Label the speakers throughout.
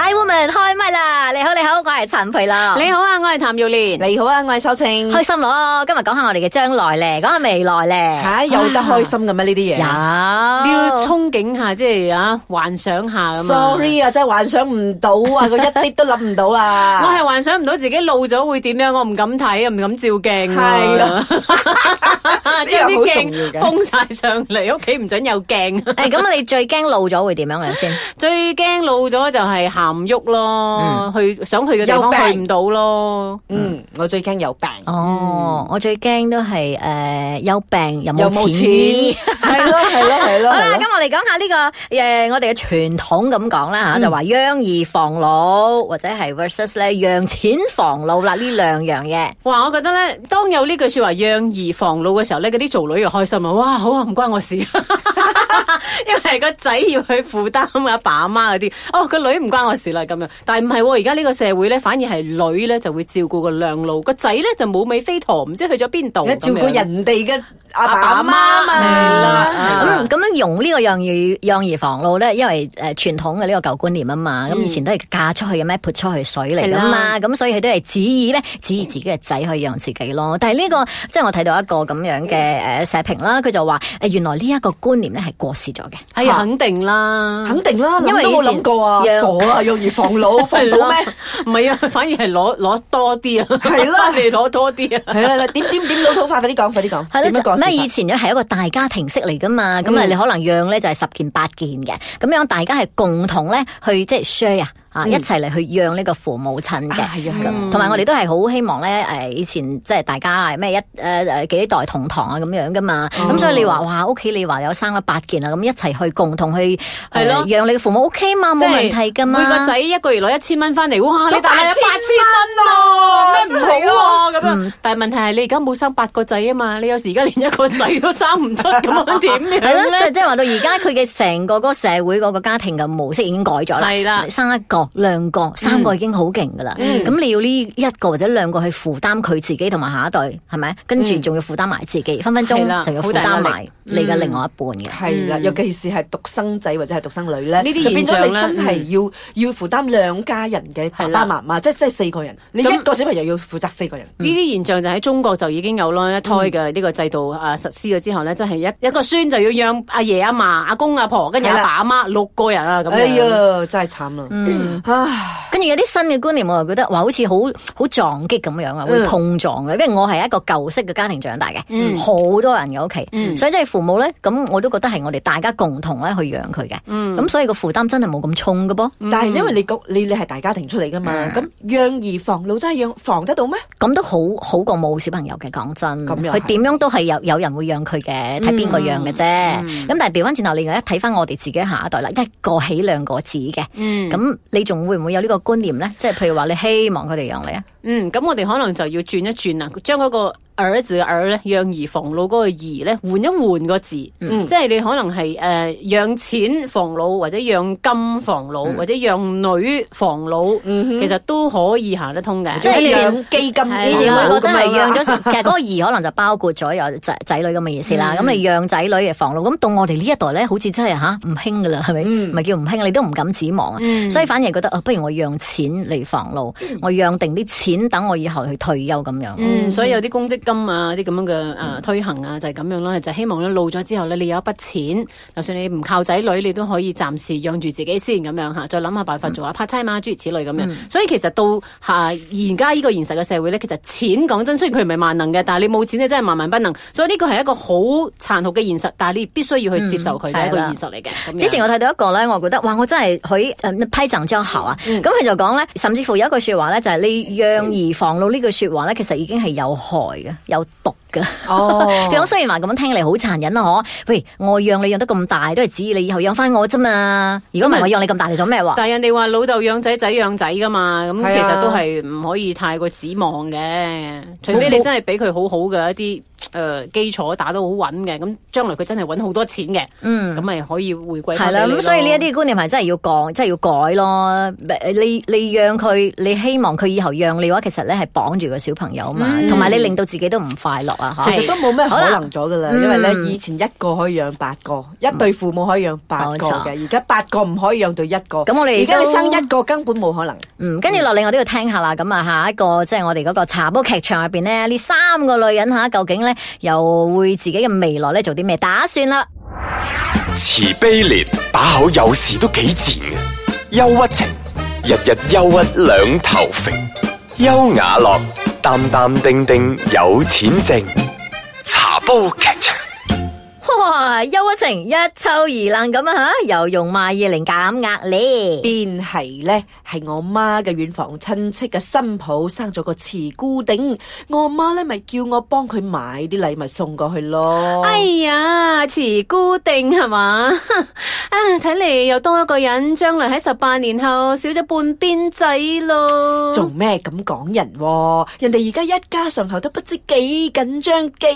Speaker 1: I Woman 開唛啦！你好，你好，我係陳培樂。
Speaker 2: 你好啊，我係譚耀蓮。
Speaker 3: 你好啊，我係修清，
Speaker 1: 開心咯！今日講下我哋嘅將來咧，講下未來咧。
Speaker 3: 吓有得開心嘅咩呢啲嘢
Speaker 2: 要
Speaker 1: 有
Speaker 2: 憧憬下，即係啊，幻想下咁啊。
Speaker 3: ？Sorry 啊，真係幻想唔到 啊，佢一啲都諗唔到
Speaker 2: 我
Speaker 3: 啊。
Speaker 2: 係幻想唔到自己老咗會點樣，我唔敢睇，唔敢照鏡。
Speaker 3: 係 啊，
Speaker 2: 即係
Speaker 3: 呢個好
Speaker 2: 啲
Speaker 3: 重要
Speaker 2: 鏡
Speaker 3: 嘅
Speaker 2: 封晒上嚟，屋企唔准有鏡。
Speaker 1: 誒，咁你最驚老咗會點樣樣先？
Speaker 2: 最驚老咗就係行唔喐咯，去想去嘅地方
Speaker 3: 嗯有病
Speaker 2: 去唔到咯。
Speaker 3: 嗯，我最驚有病，
Speaker 1: 哦，我最驚都係誒有病又
Speaker 3: 又
Speaker 1: 冇
Speaker 3: 冇
Speaker 1: 錢。
Speaker 3: 錢，係咯係咯係 咯
Speaker 1: 好啦，
Speaker 3: 係
Speaker 1: 咁
Speaker 3: 咯。
Speaker 1: 我哋講下呢個誒，我哋嘅傳統咁講啦吓，就話養兒防老或者係 versus 咧養錢防老啦，呢兩樣嘢。
Speaker 2: 哇！我覺得咧，當有呢句説話養兒防老嘅時候咧，嗰啲做女又開心啊！哇，好啊，唔關我事，因 為個仔要去負擔阿爸阿媽嗰啲，哦，個女唔關我事啦咁樣。但係唔係喎？而家呢個社會咧，反而係女咧就會照顧個兩老，個仔咧就冇尾飛陀，唔知去咗邊度
Speaker 3: 而家
Speaker 2: 咁
Speaker 3: 照顧
Speaker 2: 樣
Speaker 3: 人哋嘅阿爸
Speaker 2: 阿
Speaker 3: 阿媽啊
Speaker 2: 爸阿媽係啦。
Speaker 3: 嘛
Speaker 2: 啊
Speaker 1: 咁咁樣用呢個養兒養兒防老咧，因為誒傳統嘅呢個舊觀念啊嘛，咁以前都係嫁出去嘅咩，潑出去水嚟噶嘛，咁所以佢都係指意咩，指意自己嘅仔去養自己咯。但係呢個即係我睇到一個咁樣嘅誒社評啦，佢就話誒原來呢一個觀念咧係過時咗嘅。
Speaker 2: 係啊，肯定啦，
Speaker 3: 肯定啦，
Speaker 1: 因
Speaker 3: 諗
Speaker 1: 為
Speaker 3: 都冇
Speaker 1: 以前
Speaker 3: 諗過啊，
Speaker 1: 養
Speaker 3: 傻啊，養兒防老，防
Speaker 2: 係
Speaker 3: 到咩？
Speaker 2: 啦？唔係啊，反而係攞攞多啲啊，
Speaker 3: 係 啦
Speaker 2: 翻嚟攞多啲啊。
Speaker 3: 係啦，點點點老土化，快啲講，快啲講，
Speaker 1: 係
Speaker 3: 點樣
Speaker 1: 咯，
Speaker 3: 講
Speaker 1: 咩以
Speaker 3: 先？
Speaker 1: 前咧係一個大家庭式嚟噶
Speaker 3: 嗯
Speaker 1: 嘛，咁啊你可能養咧就係十件八件嘅，咁樣大家係共同咧去即係 share 啊。一齊嚟去養呢個父母親嘅
Speaker 3: 嗯啊係啊係，
Speaker 1: 咁同埋我哋都係好希望咧，誒以前即係大家咩一誒誒幾代同堂啊咁樣噶嘛，
Speaker 3: 哦
Speaker 1: 咁所以你話哇屋企你話有生咗八件啊，咁一齊去共同去誒
Speaker 2: 係咯
Speaker 1: 養你嘅父母 OK 嘛，冇問題噶嘛。
Speaker 2: 每個仔一個月攞一千蚊翻嚟，哇！你大有八
Speaker 3: 八
Speaker 2: 千
Speaker 3: 千
Speaker 2: 蚊
Speaker 3: 蚊
Speaker 2: 喎，
Speaker 3: 啊喎
Speaker 2: 咩唔好喎咁樣。但係問題係你而家冇生八個仔啊嘛，你有時而家連一個仔都生唔出，咁樣點
Speaker 1: 係
Speaker 2: 樣
Speaker 1: 咯，所以
Speaker 2: 咧？
Speaker 1: 即係話到而家佢嘅成個嗰個社會嗰個家庭嘅模式已經改咗啦。
Speaker 2: 係啦
Speaker 1: 生一個、兩個、三個已經好勁噶啦。
Speaker 2: 嗯
Speaker 1: 咁你要呢一個或者兩個去負擔佢自己同埋下一代，係咪？跟住仲要負擔埋自己，分分
Speaker 2: 嗯係啦
Speaker 1: 鐘就要負擔埋
Speaker 2: 嗯
Speaker 1: 你嘅另外一半嘅。
Speaker 3: 係啦，尤其是係獨生仔或者係獨生女咧，
Speaker 2: 呢啲
Speaker 3: 就變咗你
Speaker 2: 現象
Speaker 3: 真
Speaker 2: 咧
Speaker 3: 係要要負擔兩家人嘅爸
Speaker 2: 係啦
Speaker 3: 爸媽媽，即係即係四個人，你
Speaker 2: 咁
Speaker 3: 一個小朋友要負責四個人。
Speaker 2: 呢啲現象就喺中國就已經有咯，一胎嘅呢個制度啊實施咗之後咧，真係一一個孫就要養阿爺阿嫲、阿公阿婆，跟住阿
Speaker 3: 係啦
Speaker 2: 爸阿媽六個人啊咁
Speaker 3: 哎
Speaker 2: 樣。嗯
Speaker 3: 呀，真係慘啦！唉，
Speaker 1: 跟住有啲新嘅觀念，我又覺得話好似好好撞擊咁樣啊，會
Speaker 3: 嗯
Speaker 1: 碰撞嘅。因為我係一個舊式嘅家庭長大
Speaker 2: 嗯
Speaker 1: 嘅，好多人嘅屋
Speaker 2: 嗯
Speaker 1: 企，所以即係父母咧，咁我都覺得係我哋大家共同咧去養佢嘅。
Speaker 2: 嗯，
Speaker 1: 咁所以個負擔真係冇咁重嘅噃。
Speaker 3: 但係因為你講你你係大家庭出嚟噶嘛，
Speaker 2: 嗯
Speaker 3: 咁養兒防老真係養防得到咩？
Speaker 1: 咁都好好過冇小朋友嘅，講真，
Speaker 3: 咁又
Speaker 1: 佢
Speaker 3: 係
Speaker 1: 點樣都係有有人會養佢嘅，睇邊個養嘅啫。
Speaker 3: 嗯
Speaker 1: 咁、但係調翻轉頭，你而家睇翻我哋自己下一代啦，一個起兩個止嘅，
Speaker 2: 嗯
Speaker 1: 咁、你仲會唔會有呢個觀念咧？即係譬如話，你希望佢哋養你啊？
Speaker 2: 嗯，咁我哋可能就要轉一轉啦，將嗰個兒字嘅兒咧，養兒防老嗰個兒咧，換一換個字，
Speaker 3: 嗯
Speaker 2: 即係你可能係誒、呃、養錢防老，或者養金防
Speaker 1: 嗯
Speaker 2: 老，或者養女防老，其實都可以行得通嘅。
Speaker 1: 即係以前
Speaker 3: 養基金，
Speaker 2: 係
Speaker 1: 以前
Speaker 2: 會
Speaker 1: 我覺得係
Speaker 3: 咁樣
Speaker 1: 養咗，
Speaker 3: 啦
Speaker 1: 其 實嗰個兒可能就包括咗有仔仔女咁嘅意思
Speaker 3: 嗯
Speaker 1: 啦。咁、你養仔女嘅防老，咁到我哋呢一代咧，好似真係吓唔興噶啦，係咪？
Speaker 3: 嗯
Speaker 1: 唔係、叫唔興，你都唔敢指望啊。所以反而覺得，啊不如我養錢嚟防老，
Speaker 3: 嗯
Speaker 1: 我養定啲錢等我以後去退休咁樣。
Speaker 2: 嗯，所以有啲公積金啊，啲咁樣嘅誒、
Speaker 1: 嗯
Speaker 2: 呃推行啊，就係、咁樣咯，就希望咧老咗之後咧，你有一筆錢，就算你唔靠仔女，你都可以暫時養住自己先咁樣嚇，再諗下辦法做
Speaker 1: 嗯
Speaker 2: 下 part time 啊，諸如此類咁樣。所以其實到嚇而家呢個現實嘅社會咧，其實錢講真，雖然佢唔係萬能嘅，但係你冇錢咧真係萬萬不能。所以呢個係一個好殘酷嘅現實，但係你必須要去接受佢嘅一
Speaker 1: 嗯係
Speaker 2: 個
Speaker 1: 啦
Speaker 2: 現實嚟嘅。咁樣
Speaker 1: 之前我睇到一個咧，我覺得哇，我真係佢誒批贈張喉啊！
Speaker 2: 嗯
Speaker 1: 咁佢、就講咧，甚至乎有一句説話咧，就係、你養兒防老呢句説話咧，其實已經係有害嘅，有毒嘅。
Speaker 3: 哦
Speaker 1: 咁、雖然話咁樣聽嚟好殘忍啊，嗬！喂，我養你養得咁大，都係指意你以後養翻我啫嘛。如果唔係我養你咁大，你做咩話？
Speaker 2: 但係人哋話老豆養仔，仔養仔噶嘛，咁
Speaker 3: 係啊
Speaker 2: 其實都係唔可以太過指望嘅，除非你真係俾佢好好嘅一啲
Speaker 1: 嗯
Speaker 2: 呃基礎打得好穩嘅，咁將來佢真係揾好多錢嘅，
Speaker 1: 嗯
Speaker 2: 咁。咪可以回歸
Speaker 1: 係啦，咁所以呢一啲觀念係真係要講，真係要改咯。你你讓佢，你希望佢以後讓你嘅話，其實咧係綁住個小朋友啊嘛，
Speaker 2: 嗯
Speaker 1: 同埋、你令到自己都唔快樂啊，
Speaker 3: 其
Speaker 1: 嚇。
Speaker 3: 實都冇咩可能咗噶啦，
Speaker 1: 好啦
Speaker 3: 因為咧
Speaker 1: 嗯
Speaker 3: 以前一個可以養八個，一對父母可以養八個
Speaker 1: 冇
Speaker 3: 嘅，而家八個唔可以養到一個。
Speaker 1: 咁我哋
Speaker 3: 而家你
Speaker 1: 都
Speaker 3: 生一個根本冇可能。
Speaker 1: 嗯，跟住落嚟我都要聽下啦。咁啊，下一個即係我哋嗰個茶煲劇場入邊呢，呢三個女人嚇，究竟咧又會自己嘅未來咧做啲咩打算啦？
Speaker 4: 慈悲莲把口有時都幾賤嘅，憂鬱情日日憂鬱兩頭肥，優雅樂淡淡定定有錢剩，茶煲劇場。
Speaker 1: 哇，憂鬱情一抽而冷咁啊嚇，又用賣嘢嚟減壓咧。
Speaker 3: 邊係呢？係我媽嘅遠房親戚嘅新抱生咗個慈姑頂，我媽呢咪叫我幫佢買啲禮物送過去咯。
Speaker 2: 哎呀，慈姑定係嘛？ 啊，睇嚟又多一個人，將來喺十八年後少咗半邊仔咯。
Speaker 3: 做咩咁講人、喎？人哋而家一家上後都不知幾緊張、幾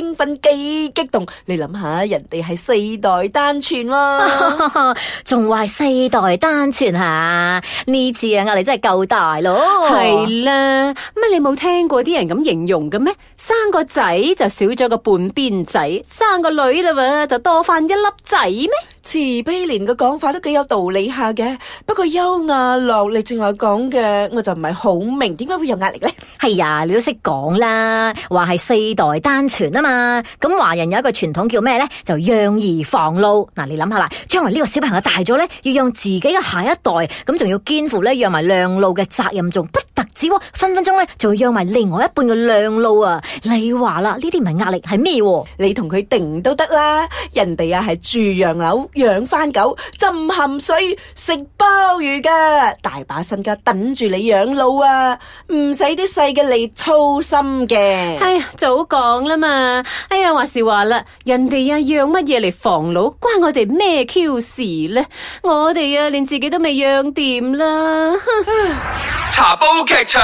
Speaker 3: 興奮、幾激動。你諗下，人哋係四代單傳 喎、
Speaker 1: 仲話四代單傳下，呢次啊壓力真係夠大咯。
Speaker 2: 哦係啦，乜你冇聽過啲人咁形容嘅咩？生個仔就少咗個半邊仔，生個女啦喎就多翻一粒仔咩？
Speaker 3: 慈悲蓮嘅講法都幾有道理下嘅，不過優雅樂你正話講嘅，我就唔係好明點解會有壓力呢？
Speaker 1: 係哎呀，你都識講啦，話係四代單傳啊嘛。咁華人有一個傳統叫咩呢？就養兒防老。嗱，你諗下啦，將來呢個小朋友大咗呢，要養自己嘅下一代，咁仲要肩負呢養埋兩老嘅責任，仲不特止喎，分分鐘呢，仲要養埋另外一半嘅兩老啊！你話啦，呢啲唔係壓力係咩喎？
Speaker 3: 你同佢定都得啦，人哋啊係住洋樓養番狗，浸鹹水食鮑魚噶，大把身家等住你養老啊，唔使啲細嘅你操心嘅。
Speaker 2: 哎呀，早講啦嘛！哎呀，話時話啦，人哋啊養乜嘢嚟防老，關我哋咩 Q 事呢？我哋啊連自己都未養掂啦。
Speaker 4: 茶煲劇場。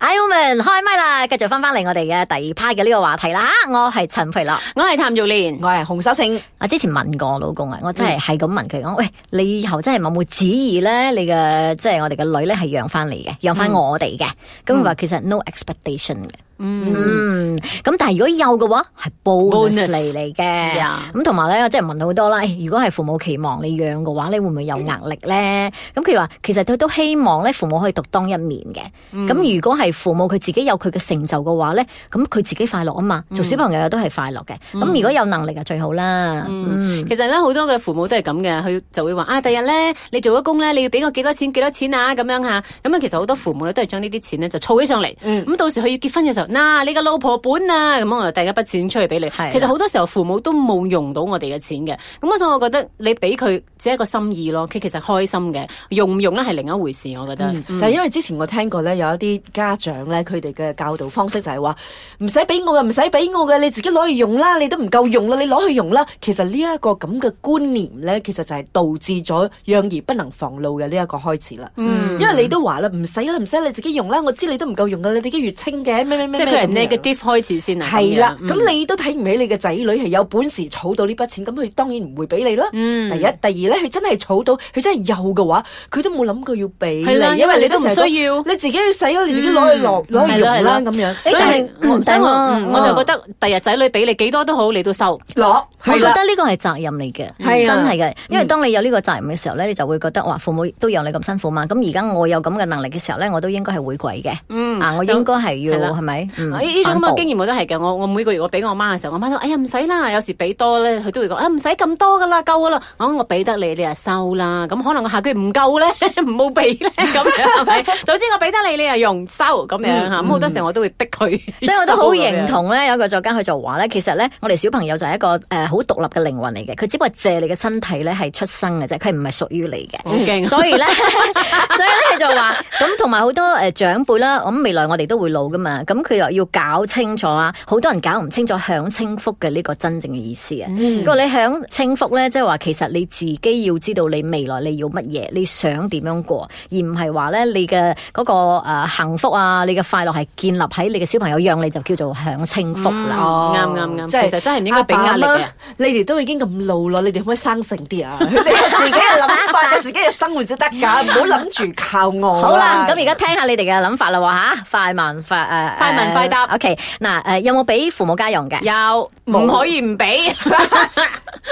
Speaker 1: I woman 開麥啦，繼續翻翻嚟我哋嘅第二 part 嘅呢個話題啦吓，我係陳培樂。
Speaker 2: 我係譚玉蓮。
Speaker 3: 我係洪修勝，
Speaker 1: 我之前問過我老公啊，我真係係咁問佢講，喂，你以後真係有冇旨意咧？你嘅即係我哋嘅女咧係養翻你嘅，養翻我哋嘅。咁佢話其實 no expectation 嘅。嗯，咁但係如果有嘅話，係 bonus
Speaker 2: Bonus
Speaker 1: 嚟嚟嘅
Speaker 2: Yeah。
Speaker 1: 咁同埋咧，我真係問好多啦。哎如果係父母期望你養嘅話，你會唔會有壓力咧？咁佢話其實佢都希望咧，父母可以獨當一面嘅。
Speaker 2: 嗯
Speaker 1: 咁、如果係父母佢自己有佢嘅成就嘅話咧，咁佢自己快樂啊嘛，
Speaker 2: 嗯
Speaker 1: 做小朋友都係快樂嘅。咁、如果有能力就最好啦。嗯
Speaker 2: 其實咧，好多嘅父母都係咁嘅，佢就會話啊，第日咧你做咗工咧，你要俾我幾多錢幾多錢啊咁樣吓。咁啊，其實好多父母咧都係將呢啲錢咧就儲起上嚟。咁、
Speaker 3: 嗯
Speaker 2: 到時佢要結婚嘅時候，嗱、你個老婆本啊，咁我就遞一筆錢出去俾你。
Speaker 1: 係啦
Speaker 2: 其實好多時候父母都冇用到我哋嘅錢嘅。咁所以我覺得你俾佢只係一個心意咯，佢其實開心嘅，用唔用咧係另一回事，我覺得。嗯
Speaker 3: 但係因為之前我聽過咧，有一啲家長咧，佢哋嘅教導方式就係話唔使俾我啊嘅，唔使俾我嘅，你自己攞去用啦，你都唔夠用啦，你攞去用啦。其實呢一個咁嘅觀念咧，其實就係導致咗養兒不能防老嘅呢一個開始啦。
Speaker 2: 嗯
Speaker 3: 因為你都話啦，唔使啦，唔使你自己用啦，我知你都唔夠用噶，你自己越清嘅咩咩咩
Speaker 2: 即係佢係
Speaker 3: 咩咁樣
Speaker 2: negative 開始先啊。
Speaker 3: 係啦，
Speaker 2: 樣嗯
Speaker 3: 咁你都睇唔起你嘅仔女係有本事儲到呢筆錢，咁佢當然唔會俾你啦。
Speaker 2: 嗯
Speaker 3: 第一，第二咧，佢真係儲到，佢真係有嘅話，佢都冇諗過要俾
Speaker 2: 係啦
Speaker 3: 你，
Speaker 2: 因為你都唔
Speaker 3: 成日
Speaker 2: 需要嗯
Speaker 3: 你自己去使啦，你自己攞去落攞去用
Speaker 2: 係啦
Speaker 3: 啦，
Speaker 2: 係啦
Speaker 3: 咁樣
Speaker 1: 誒
Speaker 2: 所以
Speaker 1: 但
Speaker 2: 係
Speaker 1: 係唔
Speaker 2: 我所以我
Speaker 1: 頂
Speaker 2: 嗯
Speaker 1: 喎
Speaker 2: 我就覺得第日仔女俾你幾多都好，你都收。
Speaker 3: 攞
Speaker 1: 我
Speaker 3: 係
Speaker 1: 覺
Speaker 3: 啦
Speaker 1: 得。呢個係責任嚟嘅，
Speaker 3: 係啊
Speaker 1: 真係
Speaker 2: 嗯
Speaker 1: 嘅。因為當你有呢個責任嘅時候咧，你就會覺得哇，父母都養你咁辛苦嘛。咁而家我有咁嘅能力嘅時候咧，我都應該係回饋嘅。
Speaker 2: 嗯
Speaker 1: 啊，我
Speaker 2: 就
Speaker 1: 應該係
Speaker 2: 係
Speaker 1: 要
Speaker 2: 啦哎
Speaker 1: 係咪？嗯
Speaker 2: 呢呢種咁
Speaker 1: 反
Speaker 2: 嘅
Speaker 1: 哺
Speaker 2: 經驗我都係嘅，我我每個月我俾我媽嘅時候，我媽都哎呀唔使啦，有時俾多咧，佢都會講啊唔使咁多噶啦，夠噶啦，我我俾得你，你就收啦，咁可能我下個月唔夠咧， 唔好俾 咧，咁樣係咪？總之我俾得你，你又用收咁樣嚇，咁好多時候我都會逼佢，
Speaker 1: 所以我都好認
Speaker 2: 認。
Speaker 1: 同咧，有一個作家佢就話咧，其實咧，我哋小朋友就係一個誒好獨立嘅靈魂嚟嘅，佢只不過借你嘅身體咧係出生嘅啫，佢唔係屬於你嘅。
Speaker 2: 好 勁，
Speaker 1: 所以咧，所以咧佢就話咁，同埋好多誒長輩啦，咁未來我哋都會老噶嘛，咁佢佢又要搞清楚啊，好多人搞唔清楚享清福嘅呢個真正嘅意思嘅。
Speaker 2: 嗯
Speaker 1: 佢話你享清福咧，即係話其實你自己要知道你未來你要乜嘢，你想點樣過，而唔係話咧你嘅嗰個呃幸福啊，你嘅快樂係建立喺你嘅小朋友養你就叫做享清福啦。
Speaker 2: 啱啱啱，其實真係唔應該俾壓力
Speaker 3: 阿爸
Speaker 2: 嘅
Speaker 3: 媽。你哋都已經咁老啦，你哋可唔可以生性啲 啊？你有自己嘅諗法，有自己嘅生活先得㗎，唔好諗住靠我。啊
Speaker 1: 哦好啦，咁而家聽下你哋嘅諗法啦喎吓，快慢快诶，呃
Speaker 2: 快問快答
Speaker 1: 呃 OK，嗱诶，呃有冇俾父母家用嘅？
Speaker 2: 有唔可 以唔俾？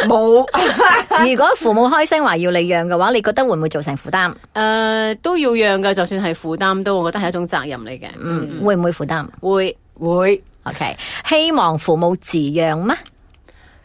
Speaker 3: 冇。
Speaker 1: 如果父母開聲話要你養嘅話，你覺得會唔會造成負擔？
Speaker 2: 誒、都要讓嘅，就算係負擔都，我覺得係一種責任嚟嘅。嗯，
Speaker 1: 嗯，會唔會負擔
Speaker 2: 會誒、
Speaker 3: 會
Speaker 1: o k 希望父母飼養咩？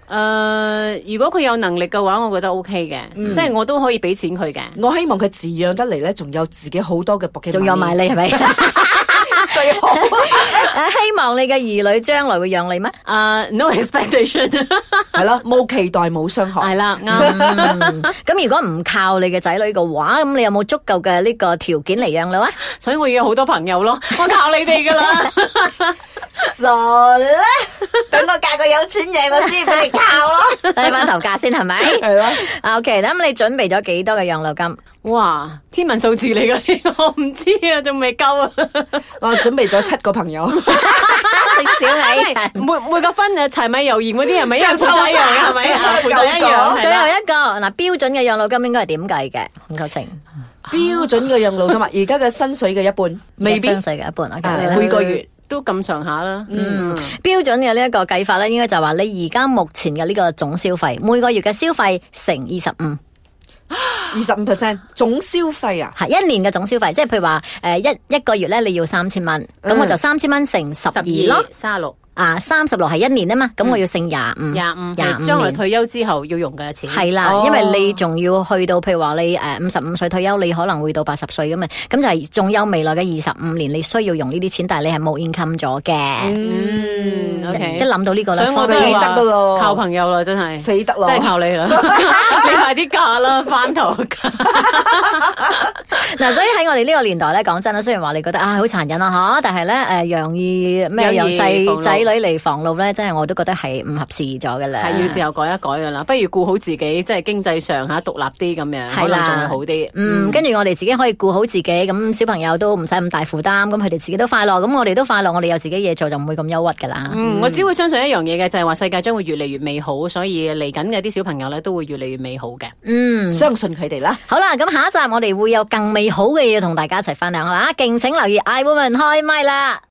Speaker 2: 呃如果佢有能力嘅話，我覺得 O K 嘅，即係我都可以俾錢佢嘅。
Speaker 3: 我希望佢飼養得嚟咧，仲有自己好多嘅搏擊，
Speaker 1: 仲有埋你係咪？
Speaker 3: 最好。
Speaker 1: 誒希望你嘅兒女將來會養你咩？
Speaker 2: 誒、n o 呃 expectation
Speaker 3: 係咯，冇期待冇傷害。
Speaker 2: 係啦， 啱。
Speaker 1: 嗯咁如果唔靠你嘅仔女嘅話，咁你有冇足夠嘅呢個條件嚟養 你啊？
Speaker 2: 所以我要有好多朋友咯，我靠你哋噶啦。
Speaker 3: 傻啦！等我嫁個有錢嘢，我先俾你靠咯。
Speaker 1: 低翻頭價先係咪
Speaker 3: 係咯，
Speaker 1: ？OK，咁你準備咗幾多嘅養老金？
Speaker 2: 哇，天文數字嚟嘅， 我唔知啊，仲未夠啊。
Speaker 3: 我準備咗七個 朋友，
Speaker 1: 食 小米
Speaker 2: 每每個分誒柴米油鹽嗰啲係咪一
Speaker 3: 就
Speaker 2: 人負責一樣嘅係咪？啊負責一樣。係
Speaker 1: 最
Speaker 2: 啦
Speaker 1: 後一個嗱，標準嘅養老金應該係點計嘅？孔秋晴，
Speaker 3: 標準嘅養老金啊，而家嘅薪水嘅一半，未必
Speaker 1: 雙世嘅一半
Speaker 3: 啊
Speaker 1: ，OK，你啦
Speaker 3: 每個月
Speaker 2: 都咁上下啦。嗯，
Speaker 1: 標準嘅呢一個計法咧，應該就係話你而家目前嘅呢個總消費，每個月嘅消費乘二十五，
Speaker 3: 二十五 percent 總消費啊，
Speaker 1: 係一年嘅總消費，即係譬如話诶一一個月咧你要三千蚊，咁
Speaker 3: 嗯
Speaker 1: 我就三千蚊乘十
Speaker 2: 十
Speaker 1: 二
Speaker 2: 二
Speaker 1: 咯，
Speaker 2: 三十六。
Speaker 1: 啊三十六係一年啊嘛，咁我要乘廿五，
Speaker 2: 廿五，
Speaker 1: 廿
Speaker 2: 係
Speaker 1: 五
Speaker 2: 將來
Speaker 1: 年。
Speaker 2: 退休之後要用嘅錢。
Speaker 1: 係啦
Speaker 3: 哦，
Speaker 1: 因為你仲要去到譬如話你诶五十五歲退休，你可能會到八十歲咁嘛，啊咁就係仲有未來嘅二十五年，你需要用呢啲錢，但係你係冇 income 咗嘅。
Speaker 2: 嗯
Speaker 1: 一
Speaker 2: ，OK。
Speaker 1: 諗到呢個
Speaker 2: 所
Speaker 1: 啦，
Speaker 2: 以我
Speaker 3: 死
Speaker 2: 都
Speaker 1: 死
Speaker 2: 係
Speaker 3: 得咯
Speaker 2: 話靠朋友啦，真係
Speaker 3: 死得咯
Speaker 2: 真係靠你啦，啊 你快啲嫁啦，翻頭
Speaker 1: 啊
Speaker 2: 嫁。
Speaker 1: 嗱，所以喺我哋呢個年代咧，講真啦，雖然話你覺得啊好殘忍啊嚇，但係咧誒養兒咩
Speaker 2: 養
Speaker 1: 養
Speaker 2: 兒防老
Speaker 1: 仔仔女嚟防老咧，真係我都覺得係唔合時宜咗嘅啦。
Speaker 2: 係要時候改一改噶啦，不如顧好自己，即係經濟上嚇獨立啲咁樣，可
Speaker 1: 係
Speaker 2: 能
Speaker 1: 啦
Speaker 2: 仲會好啲。
Speaker 1: 嗯，跟住我哋自己可以顧好自己，咁小朋友都唔使咁大負擔，咁佢哋自己都快樂，咁我哋都快樂，我哋有自己嘢做就唔會咁憂鬱㗎啦。
Speaker 2: 嗯，我只會相信一樣嘢嘅，就係話世界將會越嚟越美好，所以嚟緊嘅啲小朋友咧都會越嚟越美好嘅。
Speaker 1: 嗯，
Speaker 3: 相信佢哋啦。
Speaker 1: 好啦，咁下一集我哋會有更美好嘅嘢同大家一齊分享啦，敬請留意 I Woman 開麥啦。